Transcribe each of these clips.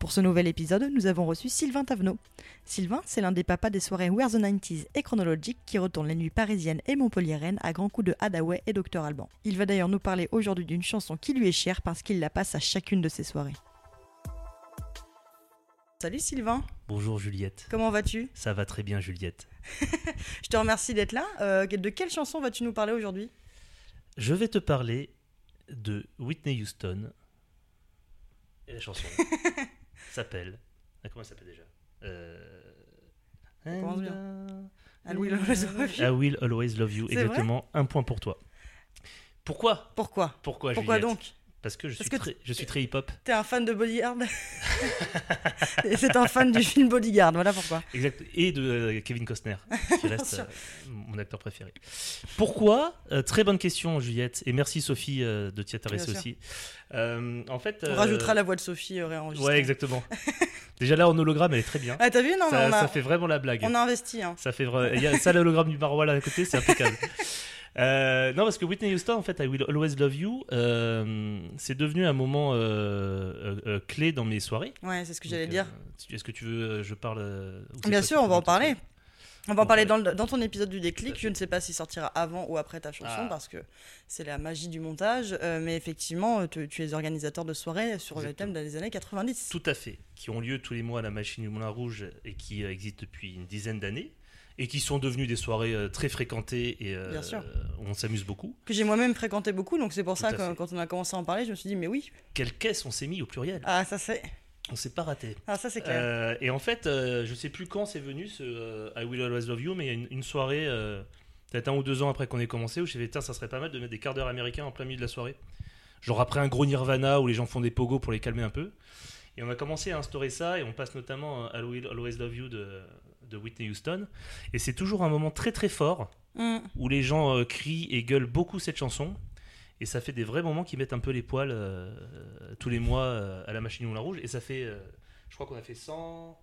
Pour ce nouvel épisode, nous avons reçu Sylvain Tavenot. Sylvain, c'est l'un des papas des soirées Where the 90s et Chronologique qui retourne les nuits parisiennes et montpelliéraines à grands coups de Hadaway et Docteur Alban. Il va d'ailleurs nous parler aujourd'hui d'une chanson qui lui est chère parce qu'il la passe à chacune de ses soirées. Salut Sylvain, Bonjour Juliette. comment vas-tu Ça va très bien Juliette. Je te remercie d'être là. Euh, de quelle chanson vas-tu nous parler aujourd'hui Je vais te parler de Whitney Houston. Et la chanson s'appelle... Ah, comment elle s'appelle déjà euh... commence bien. And, uh, I will always love you. I will always love you. C'est vrai Exactement, un point pour toi. Pourquoi Pourquoi Pourquoi, Pourquoi Juliette donc Parce que je suis Parce que très, je suis très hip-hop. T'es un fan de Bodyguard Et c'est un fan du film Bodyguard, voilà pourquoi. Exact. Et de euh, Kevin Costner, qui reste sûr. euh, mon acteur préféré. Pourquoi Euh, Très bonne question, Juliette. Et merci, Sophie, euh, de t'y intéresser Bien sûr. aussi. Euh, en fait. On euh, rajoutera la voix de Sophie euh, réenregistrée. Ouais, exactement. Déjà là, en hologramme, elle est très bien. Ah, t'as vu Non, mais ça, on a, ça fait vraiment la blague. on a investi. Hein. Ça fait vrai. Il y a ça l'hologramme du Marois là à côté, c'est impeccable. Euh, non, parce que Whitney Houston, en fait, I Will Always Love You, euh, c'est devenu un moment euh, euh, euh, clé dans mes soirées. Ouais, c'est ce que j'allais Donc, dire. euh, tu- Est-ce que tu veux, euh, je parle euh, ou c'est Bien toi sûr, qui on va en commences parler. On on va en parler va- dans, le- dans ton épisode du déclic. Tout à Je ne sais pas s'il sortira avant ou après ta chanson Ah. parce que c'est la magie du montage. Euh, mais effectivement, euh, tu, tu es organisateur de soirées sur le thème Exactement. des années 90. Tout à fait, qui ont lieu tous les mois à la machine du Moulin Rouge et qui euh, existent depuis une dizaine d'années et qui sont devenues des soirées euh, très fréquentées et euh, Bien sûr. où on s'amuse beaucoup. Que j'ai moi-même fréquenté beaucoup, donc c'est pour Tout ça à que fait. quand on a commencé à en parler, je me suis dit, mais oui, Quelle caisse on s'est mis au pluriel ah, ça c'est On s'est pas raté. ah, ça, c'est clair. Euh, et en fait, euh, je sais plus quand c'est venu ce euh, I Will Always Love You, mais il y a une, une soirée, euh, peut-être un ou deux ans après qu'on ait commencé, où je dit, tiens, ça serait pas mal de mettre des quarts d'heure américains en plein milieu de la soirée. Genre après un gros Nirvana où les gens font des pogos pour les calmer un peu. Et on a commencé à instaurer ça, et on passe notamment à I Will Always Love You de, de Whitney Houston. Et c'est toujours un moment très très fort Mm. où les gens euh, crient et gueulent beaucoup cette chanson. Et ça fait des vrais moments qui mettent un peu les poils euh, tous les mois euh, à la machine Moulin Rouge. Et ça fait, euh, je crois qu'on a fait 100,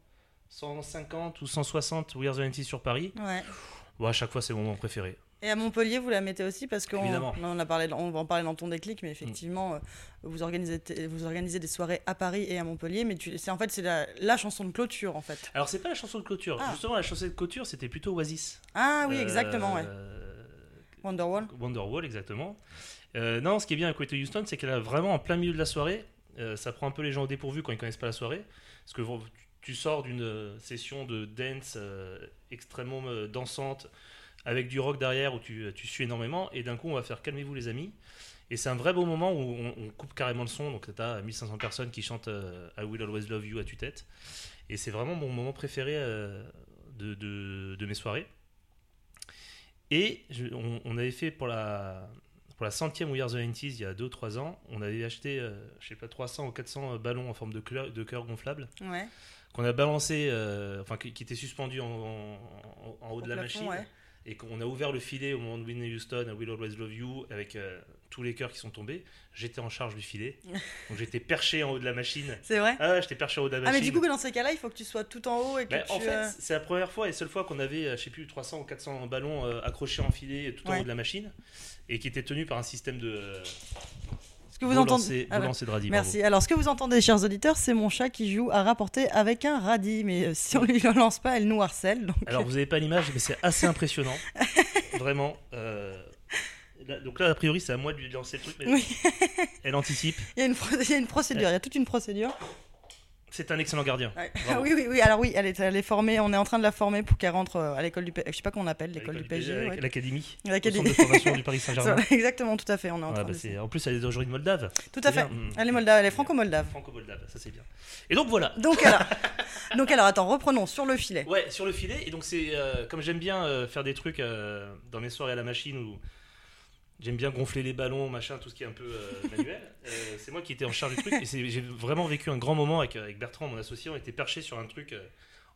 150 ou 160 We Are the 90 sur Paris. Ouais. Bon, à chaque fois, c'est mon moment préféré. Et à Montpellier, vous la mettez aussi parce qu'on Évidemment. on en a parlé, dans- on va en parler dans ton déclic, mais effectivement, euh, vous organisez, vous organisez des soirées à Paris et à Montpellier, mais tu, c'est en fait c'est la, la chanson de clôture en fait. Alors, c'est pas la chanson de clôture. Ah. Justement, la chanson de clôture, c'était plutôt Oasis. Ah oui, Euh, exactement, ouais. Wonderwall. Wonderwall, exactement. Euh, non, ce qui est bien avec Whitney Houston, c'est qu'elle a vraiment en plein milieu de la soirée. euh, ça prend un peu les gens au dépourvu quand ils connaissent pas la soirée. Parce que vous- tu sors d'une euh, session de dance euh, extrêmement euh, dansante avec du rock derrière où tu, tu sues énormément. Et d'un coup, on va faire calmez-vous, les amis. Et c'est un vrai beau moment où on, on coupe carrément le son. Donc, tu as 1500 personnes qui chantent euh, I Will Always Love You à tue-tête. Et c'est vraiment mon moment préféré euh, de- de- de mes soirées. Et je- on, on avait fait pour la, pour la centième We Are the 90s il y a 2 ou 3 ans, on avait acheté, euh, je sais pas, 300 ou 400 ballons en forme de cœur, de cœur gonflable Ouais. qu'on a balancé, euh, enfin qui, qui étaient suspendus en, en- en haut Au de la plafond, machine. ouais. Et qu'on a ouvert le filet au moment de Whitney Houston, I Will Always Love You, avec euh, tous les cœurs qui sont tombés. J'étais en charge du filet. Donc j'étais perché en haut de la machine. C'est vrai. Ah, ouais, j'étais perché en haut de la Ah machine. mais du coup dans ces cas-là, il faut que tu sois tout en haut et que Bah, tu. en fait, euh, c'est la première fois et seule fois qu'on avait, euh, je sais plus, 300 ou 400 ballons euh, accrochés en filet tout en Ouais. haut de la machine et qui étaient tenus par un système de. euh, ce que vous beau entendez. lancer- Ah, beau ouais. lancer de radis, Merci. bravo. Alors, ce que vous entendez, chers auditeurs, c'est mon chat qui joue à rapporter avec un radis. Mais euh, si on lui le lance pas, elle nous harcèle. Donc, Alors, vous n'avez pas l'image, mais c'est assez impressionnant. Vraiment. euh, là- donc là, a priori, c'est à moi de lui lancer le truc, mais Oui. elle anticipe. il y a une, pro- il y a une procédure. Il y a toute une procédure. C'est un excellent gardien. Ouais. Bravo. Ah oui, oui, oui. Alors oui, elle est, elle est formée. On est en train de la former pour qu'elle rentre euh, à l'école du. P- Je sais pas qu'on appelle l'école du PSG. avec ouais. L'académie. L'académie. Le centre de formation du Paris Saint-Germain. Exactement, tout à fait. On est en Ouais, train bah, de- c'est- en plus, elle est d'origine moldave. Tout à C'est fait. bien. Mm. Elle est moldave, elle est Bien. franco-moldave. Franco-moldave, ça c'est bien. Et donc voilà. Donc alors, donc alors, attends, reprenons sur le filet. Ouais, sur le filet. Et donc c'est euh, comme j'aime bien euh, faire des trucs euh, dans mes soirées à la machine où j'aime bien gonfler les ballons, machin, tout ce qui est un peu euh, manuel. euh, c'est moi qui étais en charge du truc. Et c'est- j'ai vraiment vécu un grand moment avec, avec Bertrand, mon associé. On était perché sur un truc euh,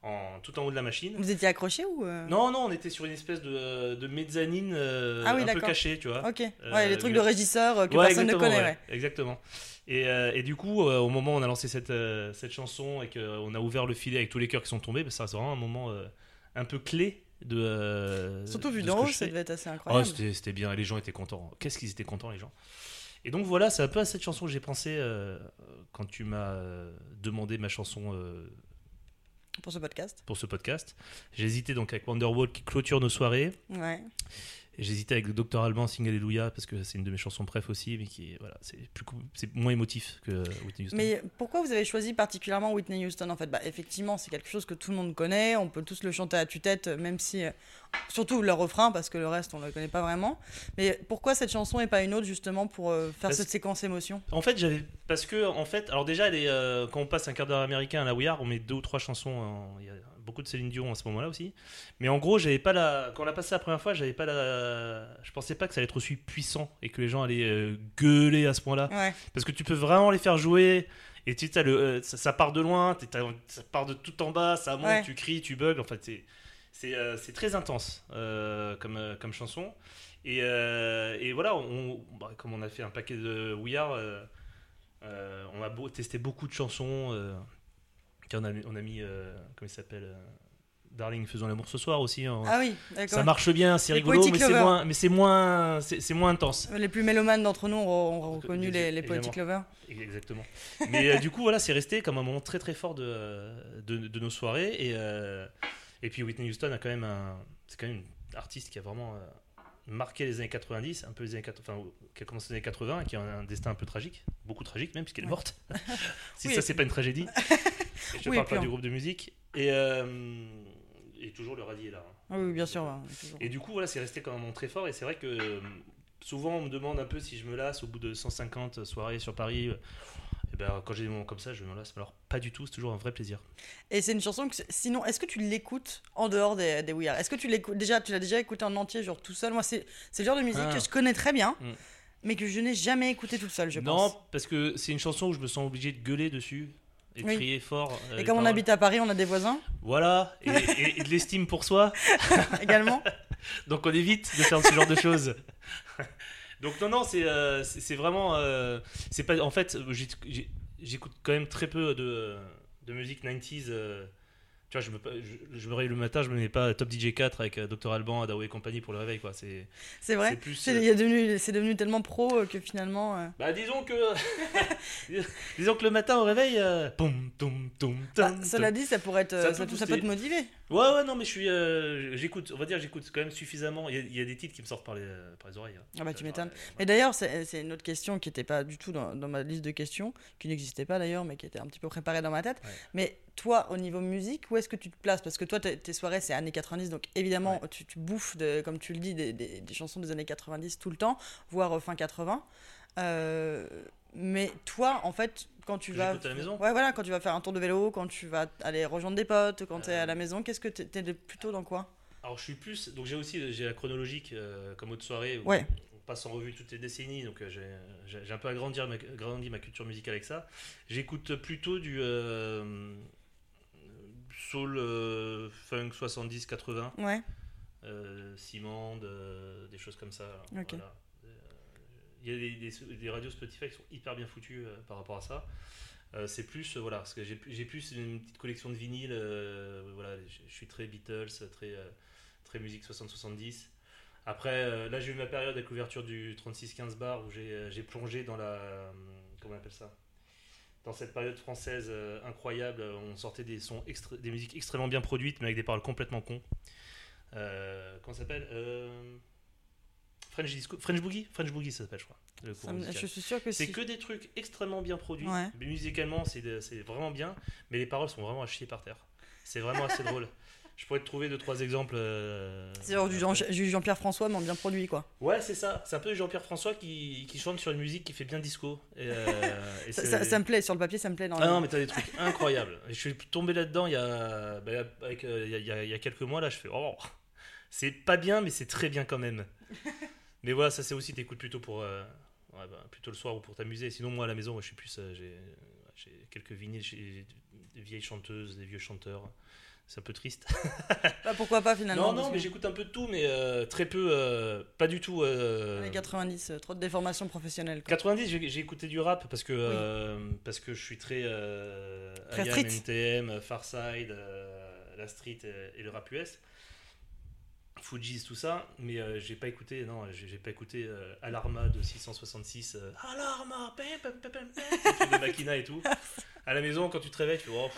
en, tout en haut de la machine. Vous étiez accroché ou euh, Non, non, on était sur une espèce de, euh, de mezzanine euh, Ah oui, un peu d'accord. cachée, tu vois. Ok. Ouais, Euh, les trucs mais- de régisseur euh, que Ouais, personne ne exactement, connaît. ouais, ouais. Exactement. Et, euh, et du coup, euh, au moment où on a lancé cette, euh, cette chanson et qu'on a ouvert le filet avec tous les cœurs qui sont tombés, bah, ça c'est vraiment un moment euh, un peu clé de. euh, Surtout vu de d'en ce haut, que je ça fais. devait être assez Oh, incroyable. c'était c'était bien, et les gens étaient contents. Qu'est-ce qu'ils étaient contents, les gens Et donc voilà, c'est un peu à cette chanson que j'ai pensé euh, quand tu m'as euh, demandé ma chanson euh, pour ce podcast. pour ce podcast. J'ai hésité donc avec Wonderwall qui clôture nos soirées. Ouais. Et J'hésitais avec le Docteur Alban, Sing Alléluia, parce que c'est une de mes chansons préf aussi, mais qui est- voilà, c'est plus cou- c'est moins émotif que Whitney Houston. Mais pourquoi vous avez choisi particulièrement Whitney Houston en fait bah, Effectivement, c'est quelque chose que tout le monde connaît, on peut tous le chanter à tue-tête, euh, même si. euh, surtout le refrain, parce que le reste, on ne le connaît pas vraiment. Mais pourquoi cette chanson et pas une autre, justement, pour euh, faire Parce- cette séquence émotion En fait, j'avais parce que en fait, alors déjà, elle est, euh, quand on passe un quart d'heure américain à la We Are, on met deux ou trois chansons. en- Il y a beaucoup de Céline Dion à ce moment-là aussi. Mais en gros, j'avais pas la. Quand on l'a passé la première fois, j'avais pas la. Je pensais pas que ça allait être aussi puissant et que les gens allaient euh, gueuler à ce point-là. Ouais, Parce que tu peux vraiment les faire jouer. Et tu sais, t'as le, euh, ça, ça part de loin, t'es- t'as- ça part de tout en bas, ça monte, Ouais. tu cries, tu bugs. Enfin, c'est c'est, euh, c'est très intense euh, comme, euh, comme chanson. Et, euh, et voilà, on, bah, comme on a fait un paquet de We Are, euh, euh, on a beau, testé beaucoup de chansons. euh, tiens, on, a, mis- on a mis, euh, comment il s'appelle euh, Darling, faisons l'amour ce soir aussi. en- Ah oui, ça d'accord. marche bien, c'est Les rigolo, Poetic mais c'est Lovers. moins, mais c'est moins, c'est c'est moins intense. Les plus mélomanes d'entre nous ont, ont reconnu Bien les, les évidemment. Poetic Lovers. Exactement. Mais euh, du coup, voilà, c'est resté comme un moment très très fort de, euh, de, de nos soirées. Et, euh, et puis Whitney Houston a quand même un, c'est quand même une artiste qui a vraiment euh, marqué les années 90, un peu les années 80, enfin, qui a commencé les années 80 et qui a un destin un peu tragique, beaucoup tragique même, puisqu'elle est Ouais. morte. si Oui, ça, et c'est pas une tragédie. Je te Oui, et parle puis pas on- du groupe de musique. Et, euh, et toujours le radis est là. hein. Ah oui, bien sûr. ouais, toujours. Et du coup, voilà, c'est resté quand même très fort. Et c'est vrai que euh, souvent, on me demande un peu si je me lasse au bout de 150 soirées sur Paris. Et ben, quand j'ai des moments comme ça, je me lasse. Alors, pas du tout, c'est toujours un vrai plaisir. Et c'est une chanson que, sinon, est-ce que tu l'écoutes en dehors des, des We Are Est-ce que tu l'écoutes déjà Tu l'as déjà écouté en entier, genre tout seul Moi, c'est c'est le genre de musique Ah. que je connais très bien, Mm. mais que je n'ai jamais écouté toute seule, je non, pense. parce que c'est une chanson où je me sens obligé de gueuler dessus et de Oui. crier fort. euh, Et les comme on paroles. habite à Paris, on a des voisins Voilà, et, et- et de l'estime pour soi. également. Donc, on évite de faire ce genre de choses. Donc, non, non, c'est euh, c'est- c'est vraiment. euh, c'est pas, en fait, j'ai- j'ai- j'écoute quand même très peu de, de musique 90s. euh, tu vois, je me, pa- je, je me réveille le matin, je me mets pas Top DJ 4 avec euh, Dr. Alban, Adao et compagnie pour le réveil, quoi. C'est C'est c'est vrai. plus. C'est euh, il est devenu, c'est devenu tellement pro euh, que finalement. euh, Bah, disons que. disons que le matin au réveil. euh, Poum, toum, toum, bah, toum, cela dit, ça pourrait être, euh, Ça ça, peut peut, ça booster. peut te motiver. toum. Ouais, ouais, non, mais je suis. euh, j'écoute, on va dire, j'écoute quand même suffisamment. Il y a- il y, a des titres qui me sortent par les, par les oreilles. hein. Ah bah, tu Euh, m'étonnes. ouais. Et d'ailleurs, c'est c'est une autre question qui n'était pas du tout dans, dans ma liste de questions, qui n'existait pas d'ailleurs, mais qui était un petit peu préparée dans ma tête. Ouais. Mais toi, au niveau musique, où est-ce que tu te places Parce que toi, tes tes soirées, c'est années 90, donc évidemment, tu, tu bouffes, de, comme tu le dis, des, des- des chansons des années 90 tout le temps, voire euh, fin 80. Euh, mais toi, en fait, quand tu Que vas. j'écoute à la maison Ouais, voilà, quand tu vas faire un tour de vélo, quand tu vas aller rejoindre des potes, quand tu es Euh. à la maison, qu'est-ce que tu es plutôt dans quoi Alors je suis plus, donc j'ai aussi j'ai la chronologique euh, comme autre soirée où Ouais. on passe en revue toutes les décennies, donc euh, j'ai- j'ai j'ai un peu agrandi ma, agrandi ma culture musicale avec ça. J'écoute plutôt du euh, soul, euh, funk 70-80, Ouais. euh, Simand, euh, des choses comme ça. alors, Ok. voilà. Euh, Il y a des, des- des radios Spotify qui sont hyper bien foutues euh, par rapport à ça. Euh, c'est plus, euh, voilà, parce que j'ai j'ai plus une petite collection de vinyles. euh, voilà, je je suis très Beatles, très, euh, très musique 60-70. Après, euh, là, j'ai eu ma période avec l'ouverture du 36-15 bar où j'ai euh, j'ai plongé dans la. euh, Comment on appelle ça Dans cette période française euh, incroyable, euh, on sortait des sons extré- des musiques extrêmement bien produites, mais avec des paroles complètement cons. Euh, comment ça s'appelle Euh, French Disco, French Boogie, French Boogie ça s'appelle je crois. le courant Ça me- musical. je suis sûr que C'est si. que des trucs extrêmement bien produits. Ouais. Mais musicalement, c'est de- c'est vraiment bien. Mais les paroles sont vraiment à chier par terre. C'est vraiment assez drôle. Je pourrais te trouver deux, trois exemples. euh, C'est genre du, Jean- après. du Jean-Pierre François, mais en bien produit, quoi. Ouais, c'est ça. C'est un peu Jean-Pierre François qui, qui chante sur une musique qui fait bien disco. Et, euh, et Ça, c'est- ça- ça me hein. plaît, sur le papier, ça me plaît. dans Ah la- non, mais t'as des trucs incroyables. Je suis tombé là-dedans il y a, ben, avec, euh, il y a- il y a- il y a quelques mois. Là, je fais oh, c'est pas bien, mais c'est très bien quand même. mais voilà, ça c'est aussi t'écoutes plutôt pour, euh, ouais, ben, plutôt le soir ou pour t'amuser. Sinon, moi à la maison, moi, je suis plus, euh, j'ai ouais, j'ai quelques vinyles, j'ai des vieilles chanteuses, des vieux chanteurs. C'est un peu triste. Bah, pourquoi pas, finalement non, non, parce mais que j'écoute un peu de tout, mais euh, très peu, euh, pas du tout. euh, Les 90, euh, trop de déformations professionnelles. quoi. 90, j'ai j'ai écouté du rap parce que, euh, parce que je suis très. Euh, Très IAM, street. NTM, Farside, euh, la street euh, et le rap US. Fujis, tout ça. Mais euh, j'ai pas écouté, non, j'ai j'ai pas écouté euh, Alarma de 666. euh, Alarma pim, pim, pim, pim, pim, ce truc de Makina et tout. À la maison, quand tu te réveilles, tu oh, vois.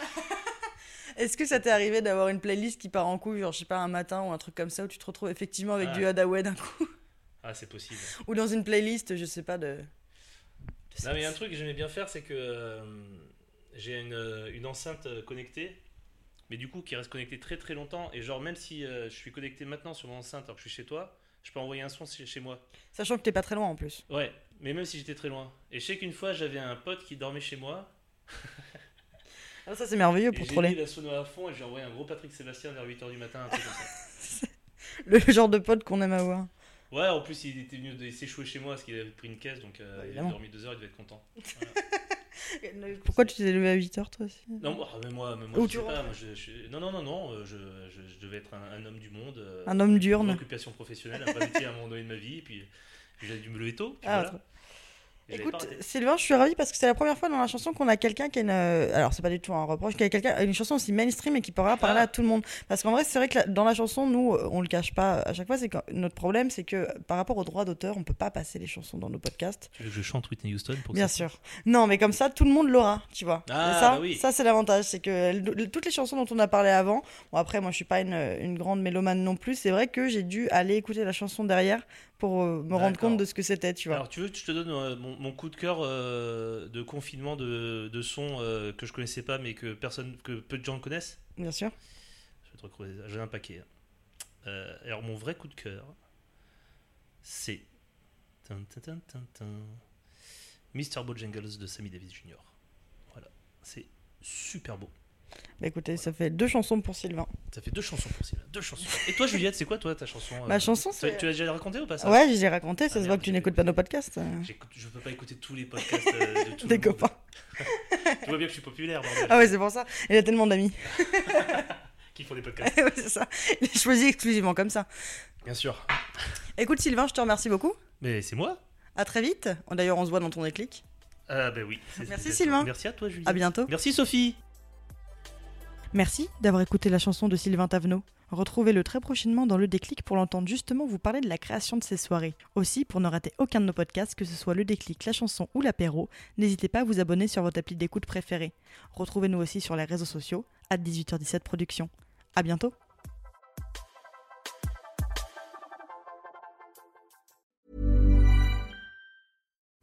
Est-ce que ça t'est arrivé d'avoir une playlist qui part en couille, genre, je sais pas, un matin ou un truc comme ça, où tu te retrouves effectivement avec Ah. du Hadaway d'un coup ah, c'est possible. Ou dans une playlist, je sais pas, de. de Non, mais il y a un sexe. truc que j'aimais bien faire, c'est que euh, j'ai une, euh, une enceinte euh, connectée, mais du coup qui reste connectée très très longtemps. Et genre, même si euh, je suis connecté maintenant sur mon enceinte alors que je suis chez toi, je peux envoyer un son chez, chez moi. Sachant que t'es pas très loin en plus. Ouais, mais même si j'étais très loin. Et je sais qu'une fois, j'avais un pote qui dormait chez moi. Ah, ça, c'est merveilleux Et pour j'ai mis troller. la sono à fond et j'ai envoyé un gros Patrick Sébastien vers 8h du matin. Un truc comme ça. Le genre de pote qu'on aime avoir. Ouais, en plus, il était venu de s'échouer chez moi parce qu'il avait pris une caisse, donc euh, Bah, il évidemment. a dormi deux heures, il devait être content. Pourquoi tu t'es levé à 8h, toi aussi Non, moi, ah, mais moi, mais moi Ou je tu sais pas, rentres. moi, je- je- non, non, non, non, euh, je, je- je devais être un, un homme du monde. euh, Un homme Une diurne. occupation professionnelle, un vrai métier à un moment donné de ma vie, et puis j'ai dû me lever tôt. puis Ah, voilà. trop. Et j'avais pas Écoute, arrêté. Sylvain, je suis ravie parce que c'est la première fois dans la chanson qu'on a quelqu'un qui a une. euh, Alors, c'est pas du tout un reproche, qui a quelqu'un, une chanson aussi mainstream et qui pourra parler Ah. à tout le monde. Parce qu'en vrai, c'est vrai que la- dans la chanson, nous, euh, on le cache pas à chaque fois, c'est que notre problème, c'est que euh, par rapport aux droits d'auteur, on peut pas passer les chansons dans nos podcasts. Tu veux que je chante Whitney Houston pour que Bien ça- sûr. Non, mais comme ça, tout le monde l'aura, tu vois. Ah, Et ça, bah oui. ça c'est l'avantage, c'est que l- toutes les chansons dont on a parlé avant, bon après, moi, je suis pas une, euh, une grande mélomane non plus. C'est vrai que j'ai dû aller écouter la chanson derrière pour euh, me rendre D'accord. compte de ce que c'était, tu vois. Alors, tu veux que je te donne euh, mon, mon coup de cœur euh, de confinement de, de son euh, que je connaissais pas, mais que, personne, que peu de gens connaissent Bien sûr. Je vais te recroiser, j'ai un paquet. Euh, alors, mon vrai coup de cœur, c'est. Tin, tin, tin, tin, tin. Mr. Bojangles de Sammy Davis Jr. Voilà, c'est super beau. Bah écoutez, ça fait deux chansons pour Sylvain. Ça fait deux chansons pour Sylvain, deux chansons. Et toi, Juliette, c'est quoi toi ta chanson Ma euh, chanson, Tu, c'est- tu l'as déjà raconté ou pas ça Ouais, je l'ai raconté, Ah ça se voit merde, que tu j'ai- n'écoutes pas nos podcasts. euh, J'écoute- Je peux pas écouter tous les podcasts euh, de tout Des le monde. copains. Tu vois bien que je suis populaire, bordel. Ah ouais, c'est pour ça. Il a tellement d'amis. Qui font des podcasts. Ouais, c'est ça. Il est choisi exclusivement comme ça. Bien sûr. Écoute, Sylvain, je te remercie beaucoup. Mais c'est moi À très vite. D'ailleurs, on se voit dans ton déclic. Ah bah oui. c'est- Merci, c'est- Sylvain. Merci à toi, Juliette. À bientôt. Merci, Sophie. Merci d'avoir écouté la chanson de Sylvain Tavenot. Retrouvez-le très prochainement dans Le Déclic pour l'entendre justement vous parler de la création de ces soirées. Aussi, pour ne rater aucun de nos podcasts, que ce soit Le Déclic, la chanson ou l'apéro, n'hésitez pas à vous abonner sur votre appli d'écoute préférée. Retrouvez-nous aussi sur les réseaux sociaux, à 18h17 Productions. À bientôt